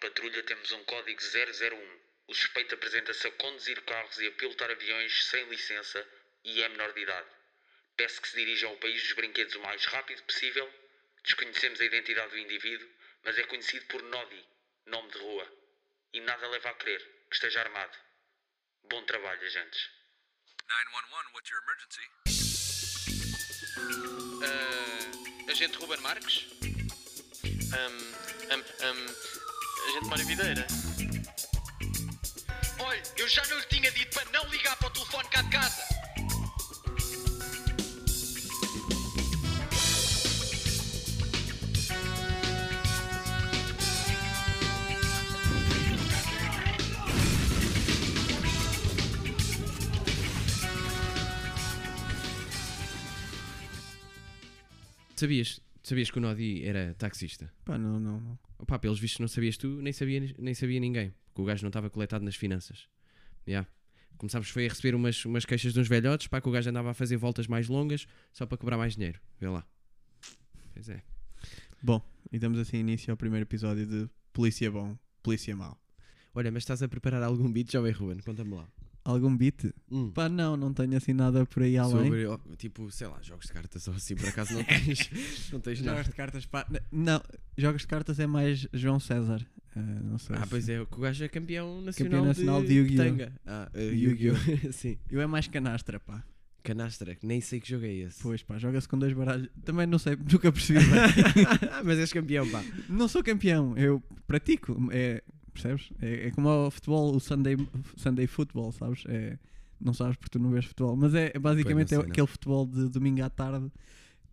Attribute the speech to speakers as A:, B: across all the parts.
A: patrulha temos um código 001. O suspeito apresenta-se a conduzir carros e a pilotar aviões sem licença e é menor de idade. Peço que se dirijam ao país dos brinquedos o mais rápido possível. Desconhecemos a identidade do indivíduo, mas é conhecido por Nodi, nome de rua. E nada leva a crer que esteja armado. Bom trabalho, agentes.
B: 911, what's your emergency?
C: Ah, agente Ruben Marques?
D: Hum, hum, hum, a gente mora em Videira.
C: Olha, eu já não lhe tinha dito para não ligar para o telefone cá de casa.
E: Sabias, sabias que o Nodi era taxista?
F: Pá, não, não, não.
E: Pá, pelos vistos não sabias tu, nem sabia, nem sabia ninguém, porque o gajo não estava coletado nas finanças. Yeah. Começámos foi a receber umas, umas queixas de uns velhotes, pá, que o gajo andava a fazer voltas mais longas só para cobrar mais dinheiro. Vê lá. Pois é.
F: Bom, e damos assim início ao primeiro episódio de Polícia Bom, Polícia Mal.
E: Olha, mas estás a preparar algum beat, jovem Ruben? Conta-me lá.
F: Algum beat?
E: Hum.
F: Pá, não, não tenho assim nada por aí além.
E: Sobre, ó, tipo, sei lá, jogos de cartas ou assim, por acaso não tens, não tens nada.
F: Jogos de cartas, pá. n- Não, jogos de cartas é mais João César. Ah, não sei.
E: Ah,
F: se-
E: pois é, o gajo é campeão nacional,
F: nacional
E: de,
F: de Yu-Gi-Oh.
E: tanga. Ah, eh,
F: Yu-Gi-Oh.
E: Yu-Gi-Oh! Sim.
F: Eu é mais canastra, pá.
E: Canastra, que nem sei que jogo é esse.
F: Pois, pá, joga-se com dois baralhos. Também não sei, nunca percebi bem.
E: mas és campeão, pá.
F: não sou campeão, eu pratico. É, percebes? É, é como o futebol, o Sunday, Sunday Football, sabes? É, não sabes porque tu não vês futebol, mas é, é basicamente
E: sei,
F: é
E: não.
F: aquele futebol de domingo à tarde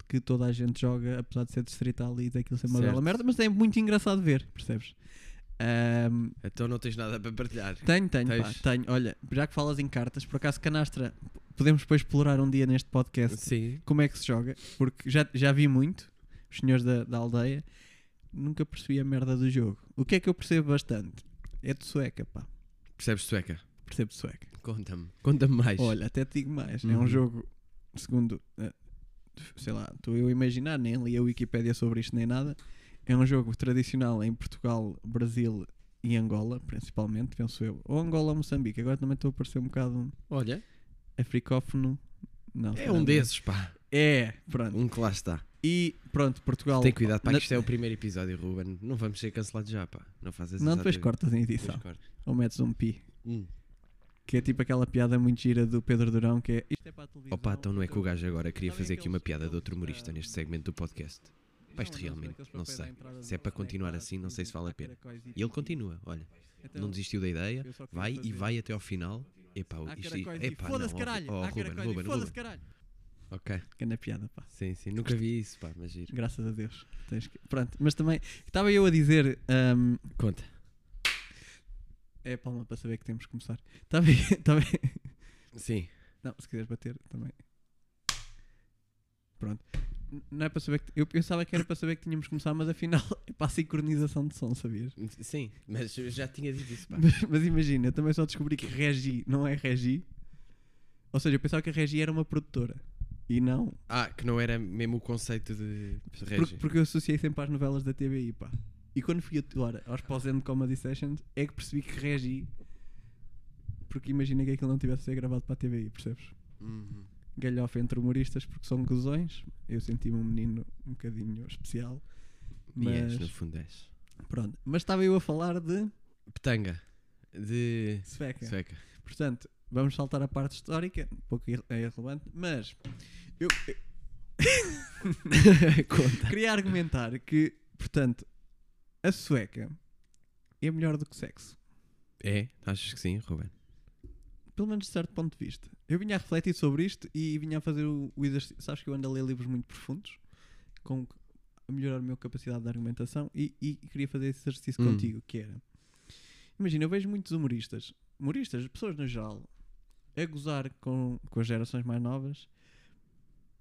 F: que toda a gente joga, apesar de ser distrital e daquilo ser uma bela
E: Certo.
F: merda, mas é muito engraçado ver, percebes? Ahm,
E: Então não tens nada para partilhar.
F: tenho, tenho, pá,
E: Tens?
F: tenho. Olha, já que falas em cartas, por acaso canastra, p- podemos depois explorar um dia neste podcast
E: Sim.
F: como é que se joga, porque já, já vi muito os senhores da, da aldeia, nunca percebi a merda do jogo. O que é que eu percebo bastante? É de sueca, pá.
E: Percebes sueca?
F: Percebo de sueca.
E: Conta-me. Conta-me mais.
F: Olha, até te digo mais. É
E: Uhum.
F: um jogo, segundo, eh, sei lá, estou eu a imaginar, nem li a Wikipédia sobre isto nem nada. É um jogo tradicional em Portugal, Brasil e Angola, principalmente, penso eu. Ou Angola ou Moçambique. Agora também estou a parecer um bocado
E: Olha.
F: africófono. Não,
E: É
F: caramba.
E: um é desses, pá.
F: É, pronto.
E: Um que lá está.
F: E pronto, Portugal.
E: Tem cuidado, pá,
F: na-
E: que isto é o primeiro episódio, Ruben. Não vamos ser cancelados já, pá. Não fazes
F: Não, depois cortas em
E: Depois
F: edição.
E: corta.
F: Ou metes um pi.
E: Hum.
F: Que é tipo aquela piada muito gira do Pedro Durão que é. Isto é para a televisão.
E: Opa, então não é que o gajo agora queria
F: Sabem
E: fazer aqui uma
F: aqueles-
E: piada de outro humorista
F: aqueles,
E: neste segmento do podcast. Pá, isto realmente, não sei. Se é para continuar assim, não sei se vale a pena. E ele continua, olha.
F: Então,
E: Não desistiu da ideia,
F: eu só queria
E: vai e
F: fazer-
E: vai até ao final. Epá,
F: Há
E: isto é,
F: caracóis e
E: epá, não,
F: foda-se
E: ó,
F: caralho.
E: ó,
F: Há
E: Ruben,
F: caracóis e
E: Ruben,
F: foda-se
E: Ruben.
F: caralho.
E: Ok,
F: Que anda piada, pá.
E: sim, sim, nunca vi isso, pá, mas giro.
F: Graças a Deus. Tens que- Pronto, mas também. Estava eu a dizer. hum,
E: Conta.
F: é a palma para saber que temos que começar. Estava estava-
E: Sim.
F: Não, se quiseres bater também. Pronto. N- Não é para saber que. Eu pensava que era para saber que tínhamos que começar, mas afinal é para a sincronização de som, sabias?
E: Sim, mas eu já tinha dito isso, pá.
F: Mas, mas imagina, eu também só descobri que Regi não é Regi. Ou seja, eu pensava que a Regi era uma produtora. E não.
E: Ah, que não era mesmo o conceito de de
F: Por-
E: Regi.
F: porque eu associei sempre às novelas da TVI, pá. E quando fui atuar aos Pausando Comedy Sessions, é que percebi que Regi. Porque imagina que aquilo não tivesse a ser gravado para a TVI, percebes?
E: Uhum.
F: Galhofa entre humoristas porque são gozões. Eu senti-me um menino um bocadinho especial.
E: E é és,
F: Mas-
E: no fundo és.
F: Pronto. Mas estava eu a falar de
E: Petanga. De.
F: Sveca.
E: Sueca.
F: Portanto, vamos saltar a parte histórica, um pouco irre- é irrelevante, mas eu, eu
E: Conta.
F: queria argumentar que, portanto, a sueca é melhor do que sexo.
E: É? Achas que sim, Ruben?
F: Pelo menos de certo ponto de vista. Eu vinha a refletir sobre isto e vinha a fazer o, o exercício. Sabes que eu ando a ler livros muito profundos com a melhorar a minha capacidade de argumentação e, e queria fazer esse exercício
E: Hum.
F: contigo, que era. Imagina, eu vejo muitos humoristas, humoristas, pessoas no geral, a gozar com, com as gerações mais novas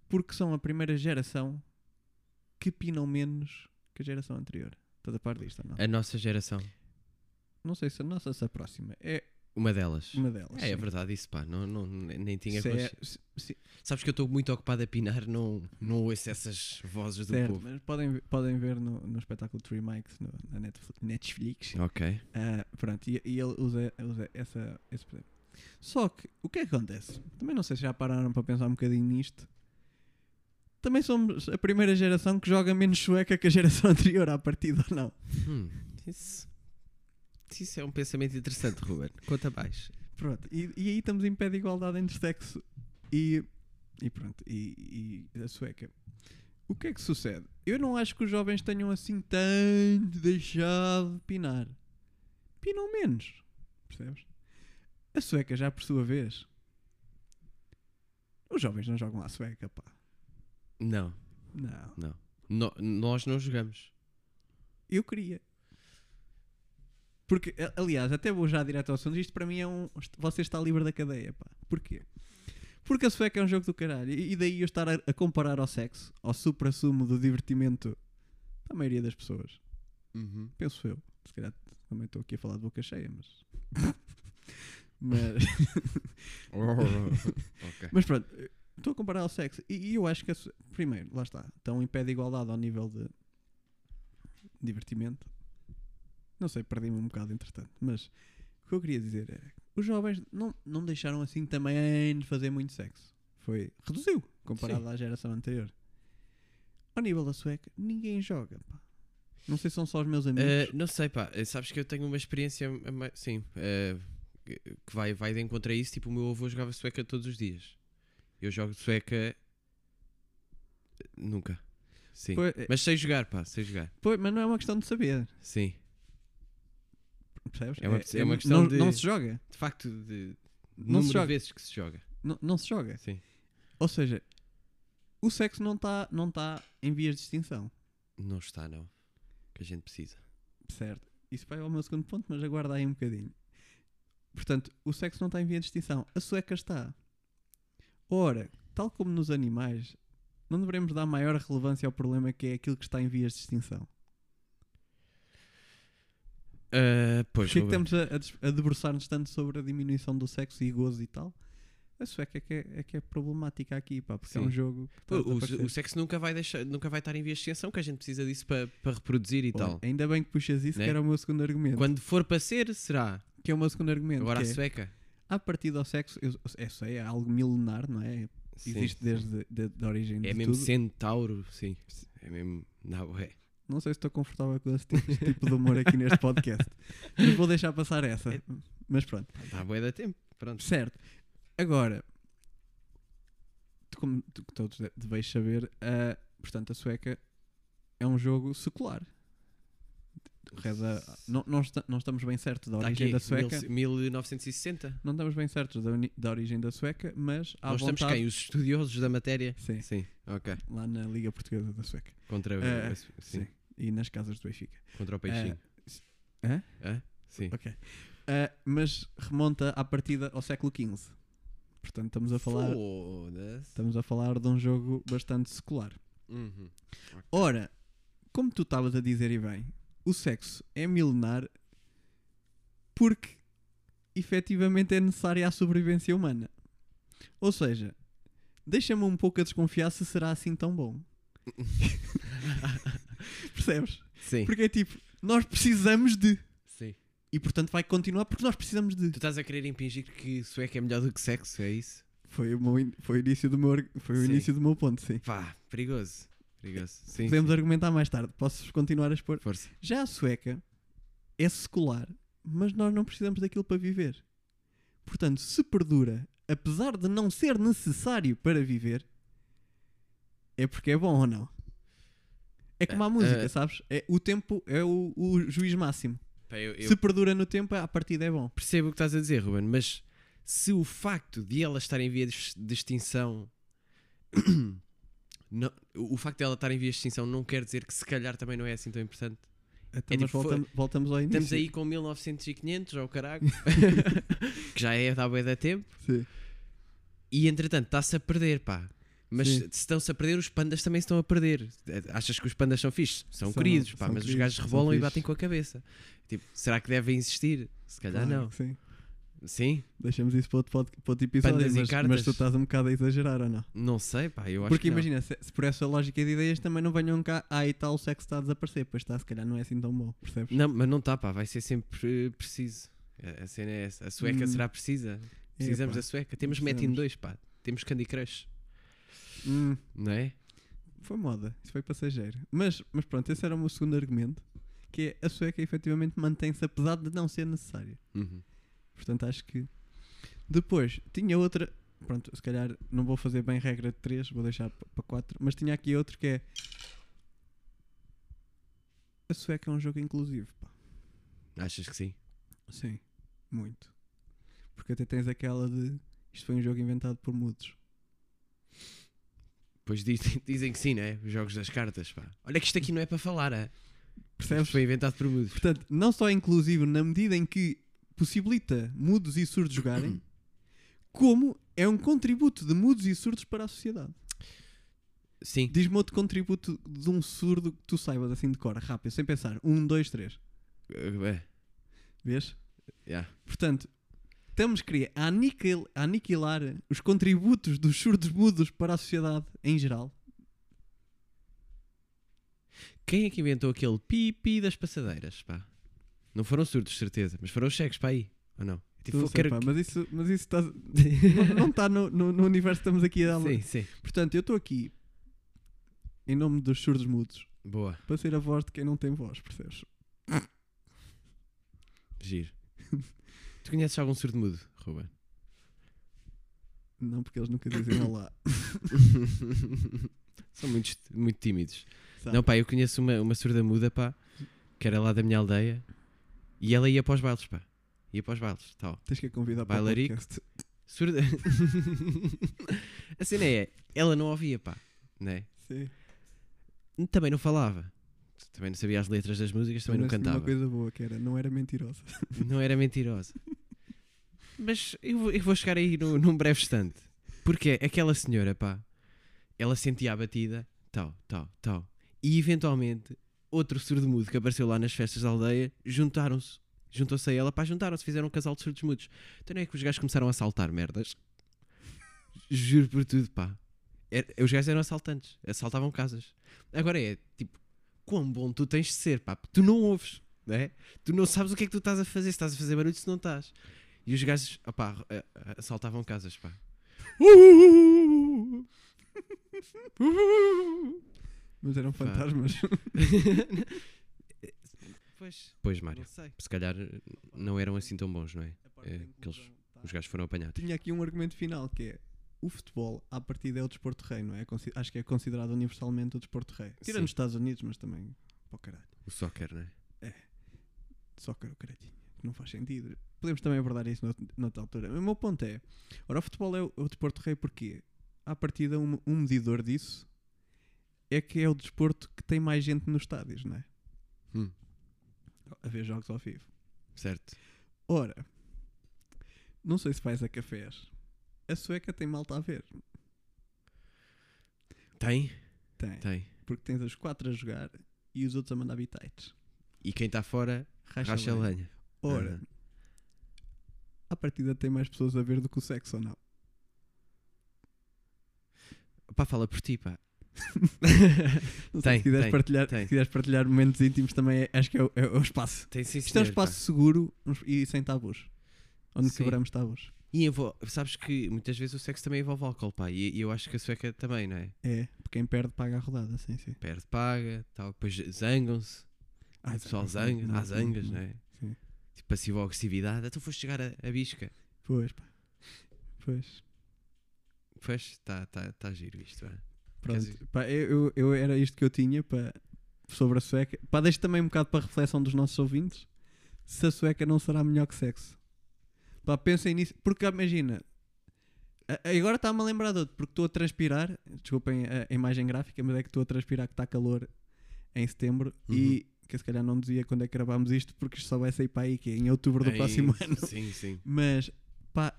F: porque são a primeira geração que pinam menos que a geração
E: É.
F: anterior. Estás a par disto ou não?
E: A nossa geração.
F: Não sei se a nossa se a próxima. É
E: Uma delas.
F: Uma delas.
E: É, é
F: sim.
E: verdade isso, pá. Não, não, nem nem tinha
F: Se é-
E: consci-
F: se- se-
E: Sabes que eu estou muito ocupado a pinar, não, não ouço essas vozes do
F: certo,
E: povo.
F: mas podem, ver- podem ver no, no espetáculo Three Mics no- na Netflix. Netflix.
E: Ok.
F: Ah, pronto, e, e ele usa, usa essa, esse poder. Só que, o que é que acontece? Também não sei se já pararam para pensar um bocadinho nisto. Também somos a primeira geração que joga menos sueca que a geração anterior à partida, ou não?
E: Hum, isso, isso é um pensamento interessante, Ruben. Conta mais.
F: Pronto, e, e aí estamos em pé de igualdade entre sexo e, e pronto, e, e a sueca. O que é que sucede? Eu não acho que os jovens tenham assim tanto deixado de pinar. Pinam menos, percebes? A sueca já por sua vez. Os jovens não jogam à sueca, pá.
E: Não,
F: Não.
E: no- nós não jogamos.
F: Eu queria. Porque, a- aliás, até vou já direto ao assunto. Isto para mim é um. Você está livre da cadeia, pá. Porquê? Porque a sueca é um jogo do caralho. E e daí eu estar a, a comparar ao sexo, ao supra-sumo do divertimento da maioria das pessoas. Penso eu. Se calhar também estou aqui a falar de boca cheia, mas. mas,
E: ok.
F: mas pronto, estou a comparar ao sexo. E, e eu acho que. a sue- primeiro, lá está. Estão em pé de igualdade ao nível de divertimento. Não sei, perdi-me um bocado entretanto. Mas o que eu queria dizer era que os jovens não, não deixaram assim também de fazer muito sexo. Foi. Reduziu, comparado à geração anterior. Ao nível da sueca, ninguém joga. pá. Não sei se são só os meus amigos.
E: Eh, não sei, pá. Eh, Sabes que eu tenho uma experiência. a mais- Sim. eh, que vai, vai de encontro a isso. Tipo, o meu avô jogava sueca todos os dias. Eu jogo sueca. eh, Nunca. Sim.
F: Pois, eh,
E: Mas sei jogar, pá. Sei jogar.
F: pois, mas não é uma questão de saber.
E: Sim.
F: Percebes? Eh,
E: É uma- é uma questão
F: não,
E: de-
F: não se joga.
E: De facto, de.
F: Não
E: Não
F: se
E: se
F: joga.
E: vezes que se joga.
F: Não, não se joga.
E: Sim.
F: Ou seja, o sexo não está não tá em vias de extinção.
E: Não está, não. Que a gente precisa.
F: Certo. Isso vai ao meu segundo ponto, mas aguarda aí um bocadinho. Portanto, o sexo não está em vias de extinção. A sueca está. Ora, tal como nos animais, não devemos dar maior relevância ao problema que é aquilo que está em vias de extinção.
E: Eh, pois.
F: Porquê é que
E: Ruben.
F: estamos a, a des- a debruçar-nos tanto sobre a diminuição do sexo e gozo e tal? A sueca é que é, é que é problemática aqui, pá, porque é
E: Sim.
F: um jogo. que
E: Pô,
F: está a
E: o,
F: desaparecer.
E: o sexo nunca vai, deixar, nunca vai estar em vias de extinção, que a gente precisa disso para para reproduzir é e
F: Olha,
E: tal.
F: Ainda bem que puxas isso,
E: Né?
F: que era o meu segundo argumento.
E: Quando for para ser, será.
F: Que é o meu segundo argumento.
E: Agora a
F: que é,
E: sueca.
F: a partir do sexo, eu, eu sei, é algo milenar, não é?
E: Sim.
F: Existe desde de, da origem
E: É
F: de
E: mesmo
F: tudo.
E: centauro, sim. É mesmo. Não, é.
F: Não sei se estou confortável com esse tipo, esse tipo de humor aqui neste podcast. Mas vou deixar passar essa.
E: É
F: Mas pronto.
E: Dá bué da tempo. Pronto.
F: Certo. Agora, tu- como tu, que todos de- deveis saber, ah, portanto, a sueca é um jogo secular. Reza, não, não, esta- não estamos bem certo da
E: Está
F: origem
E: Tá aqui,
F: da sueca.
E: mil- 1960.
F: Não estamos bem certos da, uni- da origem da sueca, mas à
E: Nós estamos
F: vontade...
E: quem? Os estudiosos da matéria?
F: Sim,
E: Sim, ok.
F: lá na Liga Portuguesa da Sueca.
E: Contra, o-
F: Eh,
E: sim,
F: Sim. E nas casas do Benfica.
E: contra o peixinho.
F: hã?
E: Hã? Sim.
F: Ok. Ah, mas remonta à partida ao século XV. Portanto, estamos a falar,
E: Foda-se.
F: estamos a falar de um jogo bastante secular.
E: Uhum.
F: Ora, como tu estavas a dizer e bem, o sexo é milenar porque efetivamente é necessária à sobrevivência humana. Ou seja, deixa-me um pouco a desconfiar se será assim tão bom. Percebes?
E: Sim.
F: Porque é tipo, nós precisamos de.
E: sim.
F: E portanto vai continuar porque nós precisamos de.
E: Tu estás a querer impingir que sueca é melhor do que sexo, é isso?
F: Foi o, meu in- foi o início do meu, arg- foi o
E: Sim.
F: início do meu ponto, sim.
E: Pá, perigoso. Perigoso. Sim.
F: Podemos
E: sim.
F: argumentar mais tarde. Posso continuar a expor?
E: Força.
F: Já a sueca é secular, mas nós não precisamos daquilo para viver. Portanto, se perdura, apesar de não ser necessário para viver, é porque é bom ou não? É como a música,
E: eh.
F: sabes? É, o tempo é o, o juiz máximo.
E: Pá, eu- eu-
F: Se perdura no tempo, a partida é bom.
E: percebo o que estás a dizer, Ruben, mas se o facto de ela estar em via de ex- de extinção. não- o facto de ela estar em via de extinção não quer dizer que se calhar também não é assim tão importante.
F: Então,
E: tipo,
F: mas voltam- voltamos ao início.
E: Estamos aí com 1900 e 500, ou caralho, que já é da bué da tempo,
F: Sim.
E: e entretanto está-se a perder, pá. Mas
F: Sim.
E: se estão-se a perder, os pandas também se estão a perder. É, Achas que os pandas são fixos? São,
F: São-
E: queridos, pá,
F: são
E: mas os
F: queridos,
E: gajos
F: são
E: rebolam e
F: fixe.
E: batem com a cabeça. Tipo, será que devem existir? Se calhar
F: Claro
E: não.
F: que Sim.
E: Sim?
F: Deixamos isso para outro, pod- para outro episódio,
E: Pandas e
F: mas,
E: cartas.
F: mas tu estás um bocado a exagerar ou não?
E: Não sei, pá, eu acho
F: Porque
E: que não.
F: imagina, se, se por essa lógica de ideias também não venham cá, ah e tal, o sexo está a desaparecer, pois está, se calhar não é assim tão bom, percebes?
E: Não, mas não está, pá, vai ser sempre eh, preciso. A a cena é essa. A sueca
F: Hum.
E: será precisa. Precisamos
F: pá.
E: da sueca. Temos
F: Precisamos.
E: Metin 2, pá. Temos Candy Crush,
F: Hum,
E: não é?
F: foi moda, isso foi passageiro. Mas, mas pronto, esse era o meu segundo argumento, que é a sueca efetivamente mantém-se apesar de não ser necessária.
E: Uhum.
F: Portanto, acho que. Depois, tinha outra. Pronto, se calhar não vou fazer bem regra de 3, vou deixar para 4. Mas tinha aqui outro que é. A sueca é um jogo inclusivo, pá.
E: Achas que sim?
F: Sim, muito. Porque até tens aquela de. Isto foi um jogo inventado por mudos.
E: Pois diz- dizem que sim, não é? Os jogos das cartas, pá. Olha que isto aqui não é para falar, ah.
F: Percebes?
E: Foi inventado por mudos.
F: Portanto, não só é inclusivo na medida em que possibilita mudos e surdos jogarem, como é um contributo de mudos e surdos para a sociedade.
E: Sim.
F: Diz-me outro contributo de um surdo que tu saibas assim de cor, rápido, sem pensar. Um, dois, três.
E: Uh, é.
F: Vês?
E: Yeah.
F: Portanto, estamos queria, a, aniquil- a aniquilar os contributos dos surdos mudos para a sociedade em geral.
E: Quem é que inventou aquele pipi das passadeiras, pá? Não foram surdos, certeza, mas foram os cegos, pá, aí. Ou não?
F: Não sei,
E: Tipo, quero
F: pá,
E: que-
F: mas isso, mas isso tá- não- não está no, no- no universo que estamos aqui a dar.
E: Sim, sim.
F: Portanto, eu estou aqui em nome dos surdos mudos
E: Boa.
F: para ser a voz de quem não tem voz, percebes?
E: Giro. tu conheces algum surdo mudo, Ruben?
F: Não porque eles nunca dizem olá.
E: São muito, muito tímidos.
F: sabe?
E: Não, pá, eu conheço uma, uma surda muda, pá, que era lá da minha aldeia, e ela ia para os bailes, pá. Ia para os bailes, tal.
F: Tens que a convidar para o
E: Bailarico.
F: podcast.
E: Surda. a cena é, ela não ouvia, pá, né?
F: Sim.
E: Também não falava. Também não sabia as letras das músicas, também não
F: Mas tinha
E: cantava.
F: uma coisa boa que era, não era mentirosa.
E: Não era mentirosa. Mas eu, vou- eu vou chegar aí no- num breve instante. Porque aquela senhora, pá, ela sentia a batida, tal, tal, tal. E eventualmente, outro surdo-mudo que apareceu lá nas festas da aldeia, juntaram-se. Juntou-se a ela, pá, juntaram-se, fizeram um casal de surdos-mudos. Então não é que os gajos começaram a assaltar merdas. Juro por tudo, pá. Era- os gajos eram assaltantes, assaltavam casas. Agora é, tipo, quão bom tu tens de ser, pá, porque tu não ouves, não é? tu não sabes o que é que tu estás a fazer, se estás a fazer barulho, se não estás. E os gajos, opá, a- a- assaltavam casas, pá.
F: Mas eram fantasmas.
E: Pois, pois Mário, se calhar não eram assim tão bons, não é? É, aqueles, os gajos foram apanhados.
F: tá. Tinha aqui um argumento final que é o futebol, à partida, é o desporto rei, não é? Consi- Acho que é considerado universalmente o desporto rei. Tirando
E: Sim.
F: os Estados Unidos, mas também, pô caralho.
E: O soccer, não é?
F: Só que era o caralhinho. Não faz sentido. Podemos também abordar isso nout- noutra altura. O meu ponto é: ora, o futebol é o, o desporto rei porque, à partida, um, um medidor disso é que é o desporto que tem mais gente nos estádios, não é?
E: Hum.
F: A ver jogos ao vivo.
E: Certo.
F: Ora, não sei se vais a cafés. A sueca tem malta a ver.
E: Tem,
F: Tem.
E: tem.
F: Porque tens os quatro a jogar e os outros a mandar bitites.
E: E quem está fora,
F: Racha,
E: racha a
F: lenha.
E: lenha.
F: Ora,
E: Uhum.
F: à partida tem mais pessoas a ver do que o sexo ou não?
E: Pá, fala por ti, pá.
F: Não sei,
E: Tem,
F: se, quiseres
E: tem,
F: partilhar,
E: tem.
F: se quiseres partilhar momentos íntimos também é- acho que é o, é o espaço.
E: Tem sim,
F: Isto é um
E: senhor, pá.
F: espaço seguro um es- e sem tabus. Onde
E: Sim.
F: quebramos tabus.
E: E envol- sabes que muitas vezes o sexo também envolve álcool, pá. E, e eu acho que a sueca também, não é?
F: É, porque quem perde paga a rodada, sim, sim.
E: Perde, paga, tal. Depois zangam-se.
F: Ah,
E: o pessoal
F: sim,
E: zanga,
F: não,
E: há zangas,
F: não,
E: não
F: não.
E: é?
F: Sim.
E: Tipo passivo-agressividade. Então foste chegar a, a bisca.
F: Pois, pá. Pois.
E: Pois, está tá, tá giro isto, pá. dizer-
F: Pronto. Pá, eu, eu, eu era isto que eu tinha para, sobre a sueca. Pá, deixo também um bocado para a reflexão dos nossos ouvintes. Se a sueca não será melhor que sexo. Pá, pensem nisso. Porque imagina. a- Agora está-me a lembrar de outro, porque estou a transpirar. Desculpem a a imagem gráfica, mas é que estou a transpirar que está calor em setembro e que se calhar não dizia quando é que gravámos isto, porque isto só vai sair para aí que é em outubro do
E: Em-
F: próximo ano.
E: Sim, sim.
F: Mas, pá,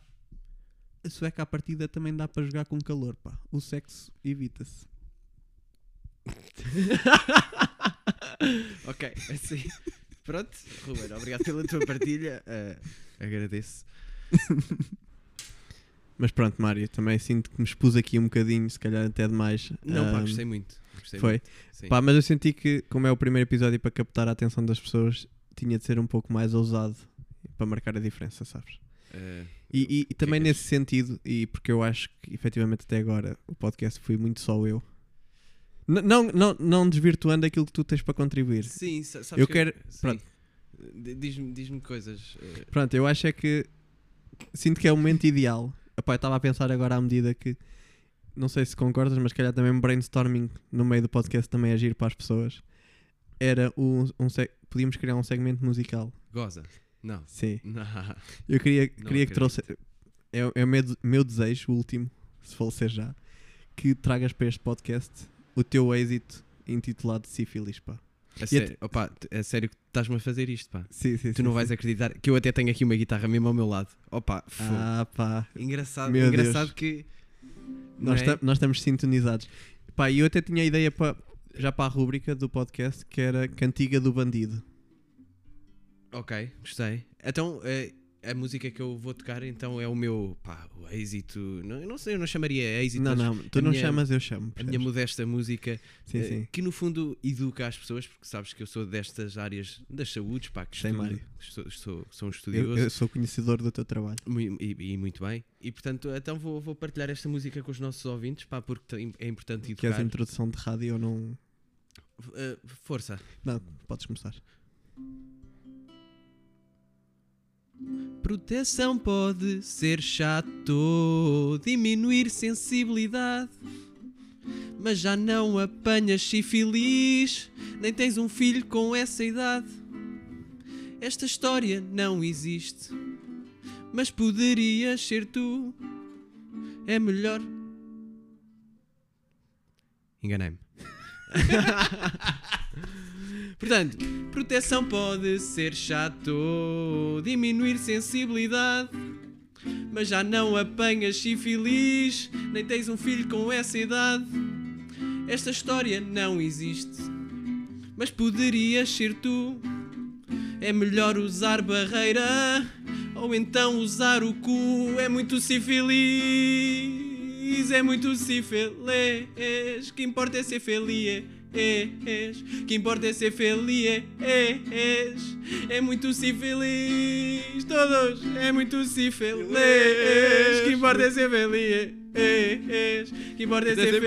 F: a sueca à partida também dá para jogar com calor, pá. O sexo evita-se.
E: ok, assim. Pronto, Ruben, obrigado pela tua partilha. eh, agradeço.
F: Mas pronto, Mário, também sinto que me expus aqui um bocadinho, se calhar até demais.
E: Não, pá,
F: Ahm,
E: gostei muito. Gostei
F: Foi.
E: muito, sim.
F: Pá, mas eu senti que, como é o primeiro episódio para captar a atenção das pessoas, tinha de ser um pouco mais ousado para marcar a diferença, sabes?
E: Eh,
F: E, e- e
E: que é
F: também
E: que
F: nesse sentido, e porque eu acho que efetivamente até agora o podcast foi muito só eu. N- não, não, não desvirtuando aquilo que tu tens para contribuir.
E: Sim, sa- sabes
F: Eu
E: que
F: quero-
E: sim.
F: pronto.
E: D- Diz-me diz-me coisas. eh,
F: Pronto, eu acho é que sinto que é o momento ideal. Epá, eu estava a pensar agora à medida que não sei se concordas, mas se calhar também um brainstorming no meio do podcast também agir para as pessoas. Era um, um seg- podíamos criar um segmento musical.
E: goza. Não.
F: Sim.
E: Não.
F: Eu queria,
E: Não
F: queria que trouxe é, é o meu, de- meu desejo último, se falecer já, que tragas para este podcast o teu êxito intitulado Sífilis, pá.
E: A sério, opá, tu- é sério que estás-me a fazer isto, pá.
F: Sim, sim,
E: Tu não vais acreditar que eu até tenho aqui uma guitarra mesmo ao meu lado. Opa, fogo.
F: Ah, pá.
E: engraçado,
F: meu
E: engraçado
F: Deus.
E: que não
F: Nós,
E: é?
F: ta- nós estamos sintonizados. Pá, e eu até tinha a ideia pa- já para a rúbrica do podcast que era Cantiga do Bandido.
E: Ok, gostei. Então, eh, a música que eu vou tocar então é o meu, pá, o êxito. Não, eu não sei, eu não chamaria êxito,
F: não,
E: mas
F: não, tu
E: a
F: não
E: minha-
F: chamas, eu chamo.
E: a minha
F: percebes?
E: modesta música
F: Sim,
E: eh,
F: sim.
E: que no fundo educa as pessoas, porque sabes que eu sou destas áreas das saúdes, pá, que
F: Sei,
E: estudo,
F: Mário.
E: sou, sou, sou um
F: Eu,
E: estudioso
F: eh, eu sou conhecedor do teu trabalho.
E: Mui- E, e muito bem. E portanto, então vou, vou partilhar esta música com os nossos ouvintes, pá, porque tem- é importante
F: Queres
E: educar.
F: a introdução de rádio ou não?
E: Eh, força.
F: Não, podes começar.
E: Proteção pode ser chato, diminuir sensibilidade. Mas já não apanhas sífilis, nem tens um filho com essa idade. Esta história não existe, mas poderias ser tu. É melhor. Enganei-me. Portanto, proteção pode ser chato, diminuir sensibilidade, mas já não apanhas sífilis, nem tens um filho com essa idade. Esta história não existe, mas poderias ser tu. É melhor usar barreira ou então usar o cu. É muito sífilis, é muito sífilis. Que importa é ser feliz. Que importa é ser feliz. É muito sífilis. Todos, é muito sífilis. Que importa é ser feliz. Que importa é ser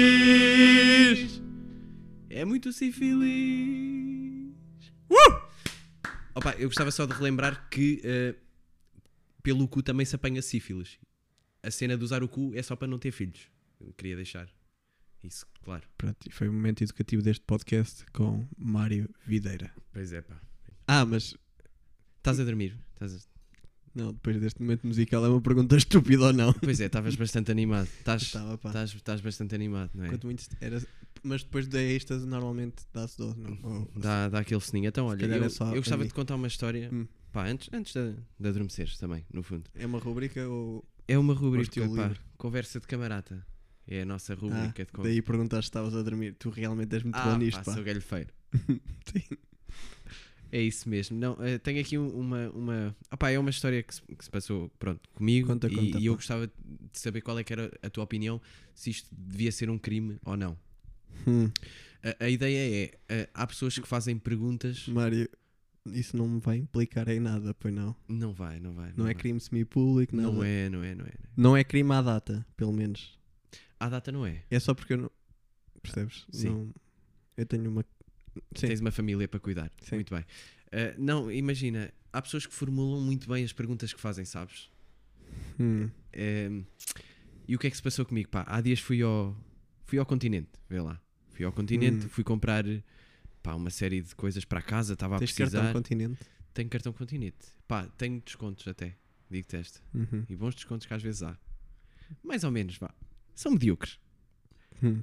E: feliz. É muito sífilis. Uh! Opa, eu gostava só de relembrar que eh, pelo cu também se apanha sífilis. A cena de usar o cu é só para não ter filhos. Eu queria deixar isso claro.
F: Pronto, e foi o momento educativo deste podcast com Mário Videira.
E: Pois é, pá.
F: Ah, mas
E: Estás a dormir? Estás a-
F: não, depois deste momento musical é uma pergunta estúpida ou não?
E: Pois é, estavas bastante animado. Estás
F: Estava, pá.
E: estás- estás bastante animado, não é?
F: Quanto muito era, mas depois da êxtase normalmente dá-se 12, não? Ou-
E: Dá, dá aquele sininho. Então, olha,
F: calhar
E: eu,
F: é só
E: eu gostava
F: ali.
E: de contar uma história.
F: Hum.
E: Pá, antes, antes de, de adormeceres também, no fundo.
F: É uma rubrica ou
E: É uma
F: estilo
E: rubrica, pá,
F: livre.
E: conversa de camarada. É a nossa
F: Ah,
E: rubrica de conversa.
F: daí perguntaste se estavas a dormir. Tu realmente és muito
E: Ah,
F: bom nisto,
E: pá,
F: pá.
E: sou galhofeiro.
F: Sim.
E: É isso mesmo. Não, eh, tenho aqui um- uma. uma... Ah, pá, é uma história que se, que se passou pronto, comigo
F: Conta,
E: e,
F: conta,
E: e eu
F: pá.
E: gostava de saber qual é que era a tua opinião se isto devia ser um crime ou não.
F: Hum,
E: A, a ideia é: eh, há pessoas que fazem perguntas.
F: Mário, isso não me vai implicar em nada, pois não.
E: Não vai, não vai.
F: Não
E: vai.
F: é crime semi-público, nada.
E: Não é, não é, não é. não é.
F: Não é crime à data, pelo menos.
E: À data não é.
F: É só porque eu não. Percebes?
E: Ah, Sim.
F: Não- Eu tenho uma. Sim.
E: Tens uma família para cuidar.
F: Sim.
E: Muito bem. Eh, não, imagina, há pessoas que formulam muito bem as perguntas que fazem, sabes?
F: Hum,
E: Ehm, e o que é que se passou comigo? Pá, há dias fui ao, fui ao continente, vê lá. Fui ao continente,
F: Hum.
E: fui comprar pá, uma série de coisas para casa, estava a
F: Tens
E: precisar.
F: cartão continente.
E: Tenho cartão continente. Pá, tenho descontos até, digo-te esta.
F: Uhum.
E: E bons descontos que às vezes há. Mais ou menos, vá. São medíocres.
F: Hum.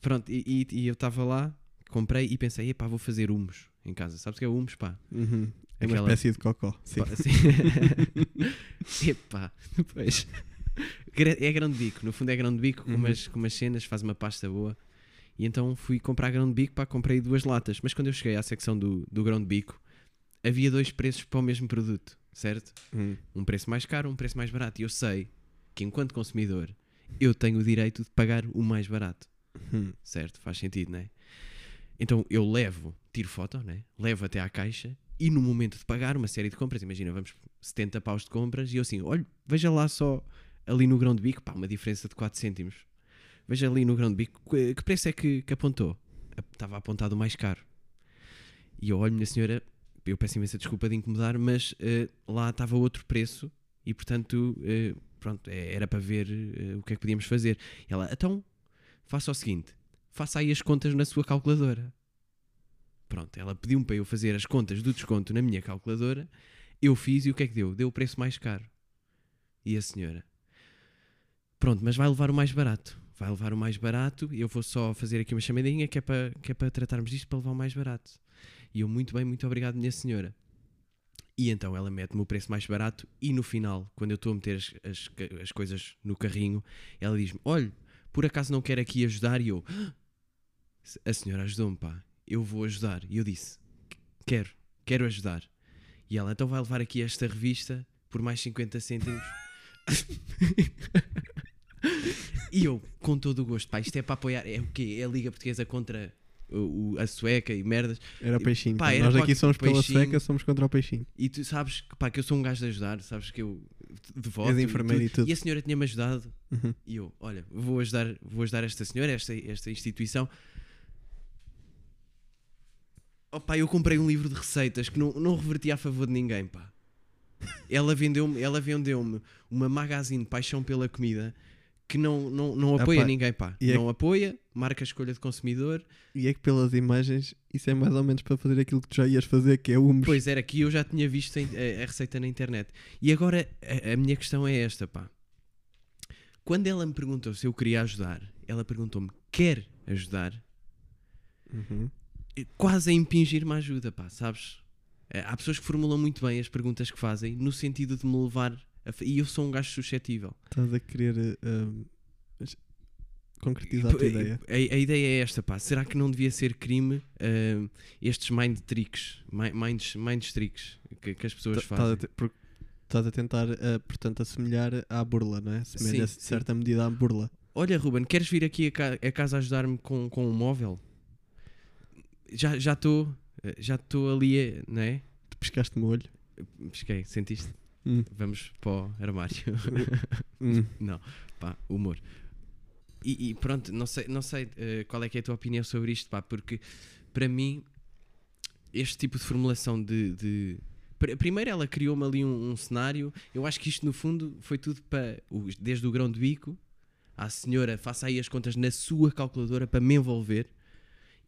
E: Pronto, e, e- e eu estava lá, comprei e pensei, epá, vou fazer humos em casa. Sabes o que é humos, pá?
F: Uhum. É uma
E: Aquela-
F: espécie de cocó. Sim.
E: Pá, Assim. Epá, pois. Gra- É grão de bico, no fundo é grão de bico, com, umas, com umas cenas, faz uma pasta boa. E então fui comprar grão de bico, pá, comprei duas latas. Mas quando eu cheguei à secção do, do grão de bico, havia dois preços para o mesmo produto. certo?
F: Hum.
E: Um preço mais caro, um preço mais barato. E eu sei que, enquanto consumidor, eu tenho o direito de pagar o mais barato,
F: Hum.
E: certo? Faz sentido, não é? Então eu levo, tiro foto, né? levo até à caixa e no momento de pagar uma série de compras, imagina, vamos 70 paus de compras e eu assim, olha, veja lá só ali no grão de bico, pá, uma diferença de 4 cêntimos. Veja ali no grão de bico, que que preço é que, que apontou? Ap- Estava apontado o mais caro. E eu olho, minha senhora, eu peço imensa desculpa de incomodar, mas eh, lá estava outro preço e portanto, eh, pronto, eh, era para ver eh, o que é que podíamos fazer. E ela, então, faça o seguinte, faça aí as contas na sua calculadora. Pronto, ela pediu-me para eu fazer as contas do desconto na minha calculadora. Eu fiz e o que é que deu? Deu o preço mais caro. E a senhora? Pronto, mas vai levar o mais barato. Vai levar o mais barato e eu vou só fazer aqui uma chamadinha que é para, que é para tratarmos disto para levar o mais barato. E eu, muito bem, muito obrigado, minha senhora. E então ela mete-me o preço mais barato e no final, quando eu estou a meter as, as, ca- as coisas no carrinho, ela diz-me: Olha, por acaso não quer aqui ajudar? E eu, a senhora ajudou-me, pá. Eu vou ajudar. E eu disse: Quero, quero ajudar. E ela então vai levar aqui esta revista por mais 50 cêntimos. e eu, com todo o gosto, pá, isto é para apoiar. É o quê? É a Liga Portuguesa contra o- o- a Sueca e merdas.
F: Era o peixinho.
E: Pá,
F: pá.
E: era
F: Nós
E: para
F: aqui
E: o
F: somos pela
E: peixinho.
F: seca, somos contra o peixinho.
E: E tu sabes que, pá, que eu sou um gajo de ajudar, sabes que eu de voto
F: És enfermeiro e tudo. Uhum.
E: a senhora tinha-me ajudado. E eu, olha, vou ajudar, vou ajudar esta senhora, esta, esta instituição. Oh, pá, eu comprei um livro de receitas que não, não reverti a favor de ninguém, pá. Ela vendeu-me ela vendeu uma magazine de paixão pela comida que não, não, não
F: Ah,
E: apoia
F: pá,
E: ninguém, pá.
F: e é
E: não apoia, marca a escolha de consumidor.
F: E é que pelas imagens, isso é mais ou menos para fazer aquilo que tu já ias fazer, que é humus.
E: Pois era que eu já tinha visto em- a, a receita na internet. E agora a, a minha questão é esta, pá. Quando ela me perguntou se eu queria ajudar, ela perguntou-me quer ajudar?
F: Uhum.
E: E Quase a impingir-me ajuda, pá, sabes? Eh, Há pessoas que formulam muito bem as perguntas que fazem no sentido de me levar a fa- E eu sou um gajo suscetível.
F: Estás a querer eh, um, es- concretizar a tua
E: Eh,
F: ideia.
E: A, a ideia é esta, pá. Será que não devia ser crime eh, estes mind tricks? mi- Minds, minds tricks que, que as pessoas
F: Tá-
E: fazem?
F: Estás a, te- por- estás a tentar, eh, portanto, assemelhar à burla, não é? Assemelha-se de
E: sim.
F: certa medida à burla.
E: Olha, Ruben, queres vir aqui a, ca- a casa ajudar-me com, com um móvel? Já já estou já estou ali, eh, não é?
F: Tu piscaste-me o olho.
E: Pesquei, sentiste?
F: Hum.
E: Vamos para o armário.
F: Hum.
E: não, pá, humor. E, e pronto, não sei, não sei eh, qual é que é a tua opinião sobre isto, pá, porque para mim este tipo de formulação de. de- Pr- Primeiro ela criou-me ali um, um cenário. Eu acho que isto no fundo foi tudo para o- desde o grão de bico à senhora, faça aí as contas na sua calculadora para me envolver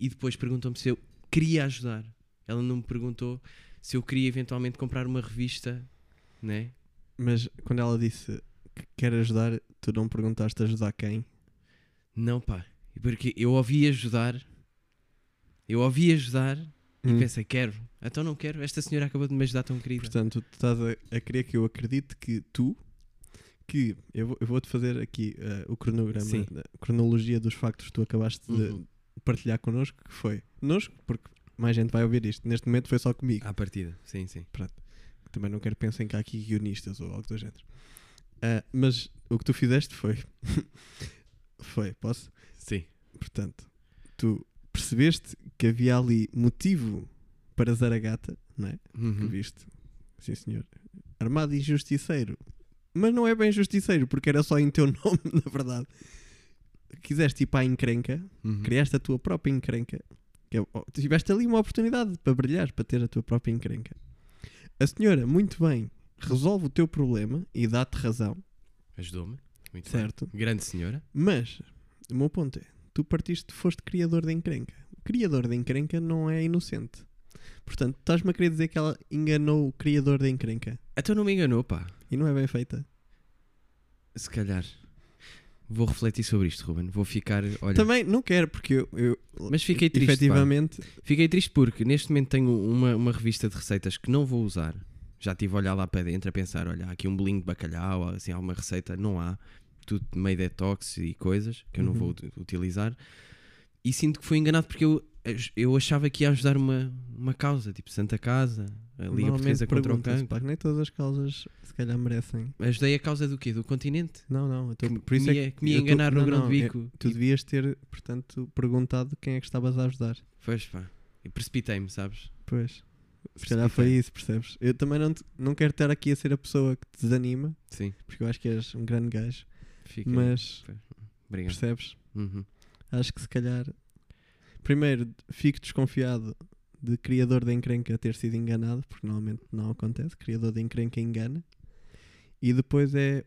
E: e depois perguntou-me se eu queria ajudar. Ela não me perguntou se eu queria eventualmente comprar uma revista, né?
F: Mas quando ela disse que quer ajudar, tu não perguntaste ajudar quem?
E: Não, pá. Porque eu ouvi ajudar. Eu ouvi ajudar e
F: Hum.
E: pensei, quero. Então não quero. Esta senhora acabou de me ajudar tão querida.
F: Portanto, tu estás a, a querer que eu acredite que tu, que eu, vou- eu vou-te fazer aqui eh, o cronograma,
E: Sim.
F: a cronologia dos factos que tu acabaste de
E: Uhum.
F: partilhar connosco, que foi connosco, porque mais gente vai ouvir isto. Neste momento foi só comigo.
E: À partida, sim, sim.
F: Também não quero que pensem que há aqui guionistas ou algo do género. Ah, mas o que tu fizeste foi. foi, posso?
E: Sim.
F: Portanto, tu percebeste que havia ali motivo para Zaragata, não é? Que
E: Uhum.
F: viste. Sim, senhor. Armado e justiceiro. Mas não é bem justiceiro, porque era só em teu nome, na verdade. Quiseste ir para a encrenca,
E: Uhum.
F: criaste a tua própria encrenca. Que é, oh, tiveste ali uma oportunidade para brilhar, para ter a tua própria encrenca. A senhora, muito bem, resolve o teu problema e dá-te razão,
E: Ajudou-me. Muito bem.
F: certo?
E: Grande senhora.
F: Mas, o meu ponto é, tu partiste, foste criador da encrenca. O criador da encrenca não é inocente. Portanto, estás-me a querer dizer que ela enganou o criador da encrenca.
E: Então não me enganou, pá.
F: E não é bem feita.
E: Se calhar. Vou refletir sobre isto, Ruben. Vou ficar. Olha,
F: Também não quero, porque eu, eu
E: Mas fiquei triste. pá.
F: efetivamente
E: Fiquei triste porque neste momento tenho uma, uma revista de receitas que não vou usar. Já estive a olhar lá para dentro a pensar: olha, há aqui um bolinho de bacalhau, assim, há uma receita, não há. Tudo
F: Uhum.
E: meio detox e coisas que eu não vou ut- utilizar. E sinto que fui enganado porque eu eu achava que ia ajudar uma, uma causa, tipo Santa Casa, a Liga Portuguesa contra o
F: pergunta-se, pá,
E: Cancro.
F: que nem todas as causas se calhar merecem.
E: Ajudei a causa do quê? Do continente?
F: Não, não. Eu tô,
E: Que
F: por isso
E: me
F: é
E: ia-
F: que,
E: que me ia
F: eu tô-
E: enganar no
F: não,
E: grão de
F: não,
E: bico.
F: é- tu
E: E-
F: devias ter, portanto, perguntado quem é que estavas a ajudar.
E: Pois pá, e precipitei-me, sabes?
F: Pois. Se calhar foi isso, percebes? Eu também não, te- não quero estar aqui a ser a pessoa que te desanima,
E: Sim,
F: porque eu acho que és um grande gajo,
E: fica.
F: mas
E: Obrigado.
F: percebes?
E: Uhum.
F: Acho que se calhar. Primeiro, fico desconfiado de criador da encrenca ter sido enganado, porque normalmente não acontece. Criador da encrenca engana. E depois é.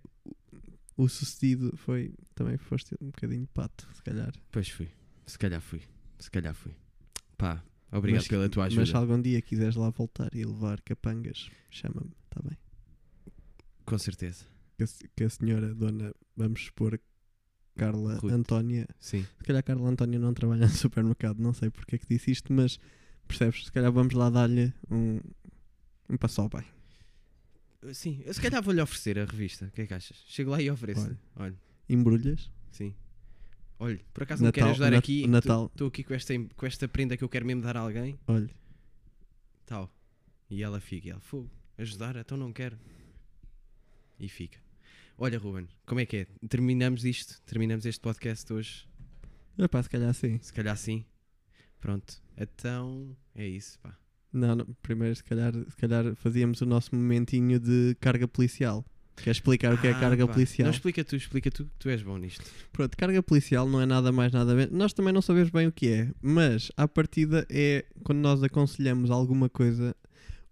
F: O sucedido foi. Também foste um bocadinho pato, se calhar.
E: Pois fui, se calhar fui, se calhar fui. Pá, obrigado
F: Mas-
E: pela tua ajuda.
F: Mas se algum dia quiseres lá voltar e levar capangas, chama-me, está bem?
E: Com certeza,
F: Que a, se- que a senhora dona, vamos pôr Carla
E: Ruth.
F: Antónia.
E: sim.
F: Se calhar Carla Antónia não trabalha no supermercado, não sei porque é que disse isto, mas percebes? Se calhar vamos lá dar-lhe um, um passo ao bem.
E: Eh, Sim, eu se calhar vou-lhe oferecer a revista. O que é que achas? Chego lá e ofereço.
F: Olha.
E: Olha,
F: Embrulhas?
E: sim. Olha, por acaso me quero
F: Natal,
E: ajudar
F: Nat-
E: aqui.
F: Natal.
E: Estou aqui com esta, em- com esta prenda que eu quero mesmo dar a alguém.
F: Olha,
E: Tal. E ela fica. E ela, fogo, ajudar? Então não quero. E fica. Olha, Ruben, como é que é? Terminamos isto? Terminamos este podcast hoje?
F: Epá, se calhar sim.
E: Se calhar sim. Pronto. Então, é isso, pá.
F: Não, não, primeiro se calhar, se calhar fazíamos o nosso momentinho de carga policial. Quer explicar o que é
E: Ah,
F: carga
E: pá.
F: policial?
E: Não, explica tu, explica tu, que tu és bom nisto.
F: Pronto, carga policial não é nada mais, nada menos. Nós também não sabemos bem o que é, mas à partida é quando nós aconselhamos alguma coisa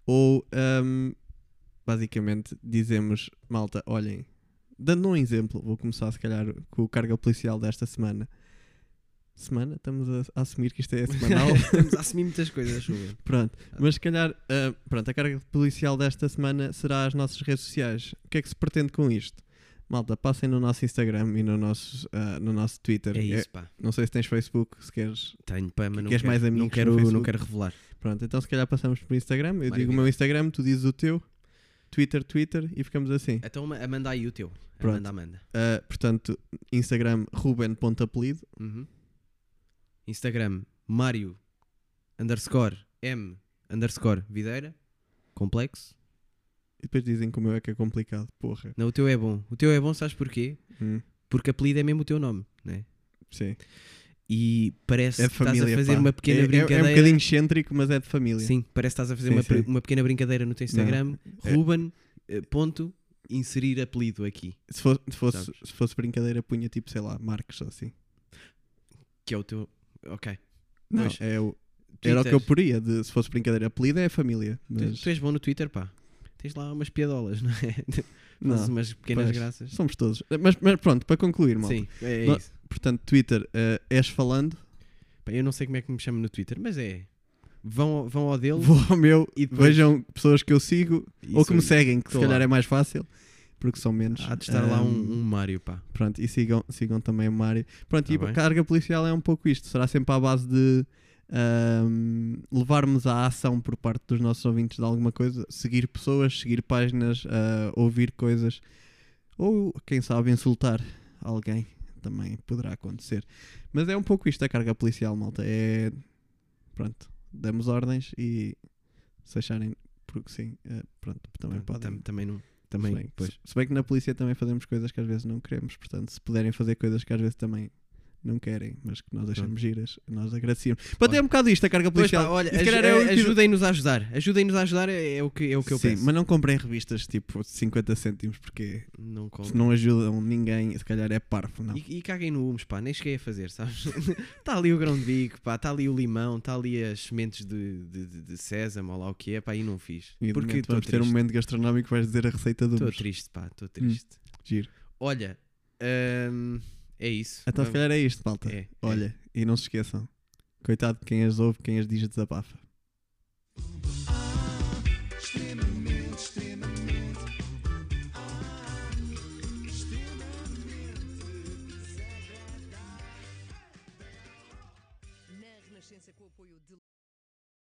F: ou ahm, basicamente dizemos, malta, olhem, dando um exemplo, vou começar se calhar com o carga policial desta semana. Semana? Estamos a, a assumir que isto é semanal.
E: Estamos a assumir muitas coisas, Ruben.
F: pronto, mas se calhar ah, pronto, a carga policial desta semana será as nossas redes sociais. O que é que se pretende com isto? Malta, passem no nosso Instagram e no nosso, ah, no nosso Twitter.
E: É
F: É-
E: isso, pá.
F: não sei se tens Facebook, se queres.
E: Tenho, pá, mas não
F: Queres
E: quero,
F: mais amigos
E: não
F: no
E: quero, não
F: Facebook?
E: quero revelar.
F: Pronto, então se calhar passamos por Instagram. Eu digo
E: Maravilha.
F: o meu Instagram, tu dizes o teu. Twitter, Twitter e ficamos assim.
E: Então ma- Amanda aí o teu.
F: Pronto.
E: Amanda, Amanda.
F: Ah, portanto, Instagram, Ruben.apelido.
E: Uhum. Instagram, Mário, underscore, M, underscore, Videira, complexo.
F: E depois dizem que o meu é que é complicado, porra.
E: Não, o teu é bom. O teu é bom, sabes porquê?
F: Hum,
E: Porque apelido é mesmo o teu nome, né?
F: sim.
E: E parece
F: É
E: que estás
F: família.
E: a fazer
F: pá.
E: uma
F: É-
E: pequena
F: é-
E: brincadeira.
F: É, um bocadinho excêntrico, mas é de família.
E: Sim, parece que estás a fazer
F: Sim,
E: uma, pre-
F: sim.
E: uma pequena brincadeira no teu Instagram.
F: É.
E: Ruben, eh, ponto, inserir apelido aqui.
F: Se fosse, se fosse,
E: Sabes.
F: se fosse brincadeira, punha tipo, sei lá, Marcos ou assim.
E: Que é o teu. Ok.
F: Não,
E: Pois.
F: é o, era o que eu poria. De, se fosse brincadeira, apelido é família.
E: Tu,
F: Mas
E: tu és bom no Twitter, pá. Tens lá umas piadolas, não é?
F: não,
E: Fazes umas pequenas
F: pois.
E: graças.
F: somos todos. Mas, mas pronto, para concluir, malta.
E: Sim, é
F: Não-
E: isso.
F: Portanto, Twitter, eh, és falando,
E: Pá, eu não sei como é que me chamo no Twitter, mas é. Vão, ao- vão ao dele.
F: vou ao meu
E: E
F: e
E: depois-
F: vejam pessoas que eu sigo
E: e
F: ou que
E: sou-
F: me seguem, que se
E: Tô
F: calhar
E: lá.
F: é mais fácil, porque são menos.
E: Há de estar lá um,
F: Ahm,
E: um Mário, pá.
F: Pronto, e sigam, sigam também o Mário. Pronto,
E: Tá
F: e
E: bem.
F: a carga policial é um pouco isto. Será sempre à base de ahm, levarmos à ação por parte dos nossos ouvintes de alguma coisa, seguir pessoas, seguir páginas, ah, ouvir coisas, ou quem sabe insultar alguém também poderá acontecer. Mas é um pouco isto a carga policial, malta. É. Pronto, damos ordens e se acharem, porque sim, ah, pronto, também
E: Pronto,
F: podem
E: Tá, tam- também não. Também,
F: se bem,
E: pois.
F: se- se bem que na polícia também fazemos coisas que às vezes não queremos, portanto, se puderem fazer coisas que às vezes também não querem, mas que nós achamos giras, nós agradecemos. Portanto, é um bocado isto a carga
E: Pois,
F: policial.
E: pá, olha,
F: E se calhar
E: aj-
F: é o
E: a-
F: episódio-
E: ajudem-nos a ajudar. Ajudem-nos a ajudar é, é o que, é o que eu
F: Sim,
E: penso.
F: mas não comprem revistas tipo 50 cêntimos, porque
E: Não como.
F: se não ajudam ninguém, se calhar é parvo, não.
E: E, e caguem no humus, pá, nem cheguei a fazer, sabes? Está ali o grão de bico, pá, está ali o limão, está ali as sementes de, de, de- de sésamo ou lá o que é, pá, e não fiz.
F: E de
E: Porque
F: momento
E: estou
F: vamos ter um
E: triste.
F: momento gastronómico vais dizer a receita do
E: Estou
F: humus. Hum.
E: triste, pá, estou triste.
F: Giro.
E: Olha, hum, é isso.
F: Então, se
E: Vamos-
F: calhar é isto, malta.
E: É, é.
F: Olha, e não se esqueçam, coitado de quem as ouve, quem as diz desabafa.
G: extremamente, extremamente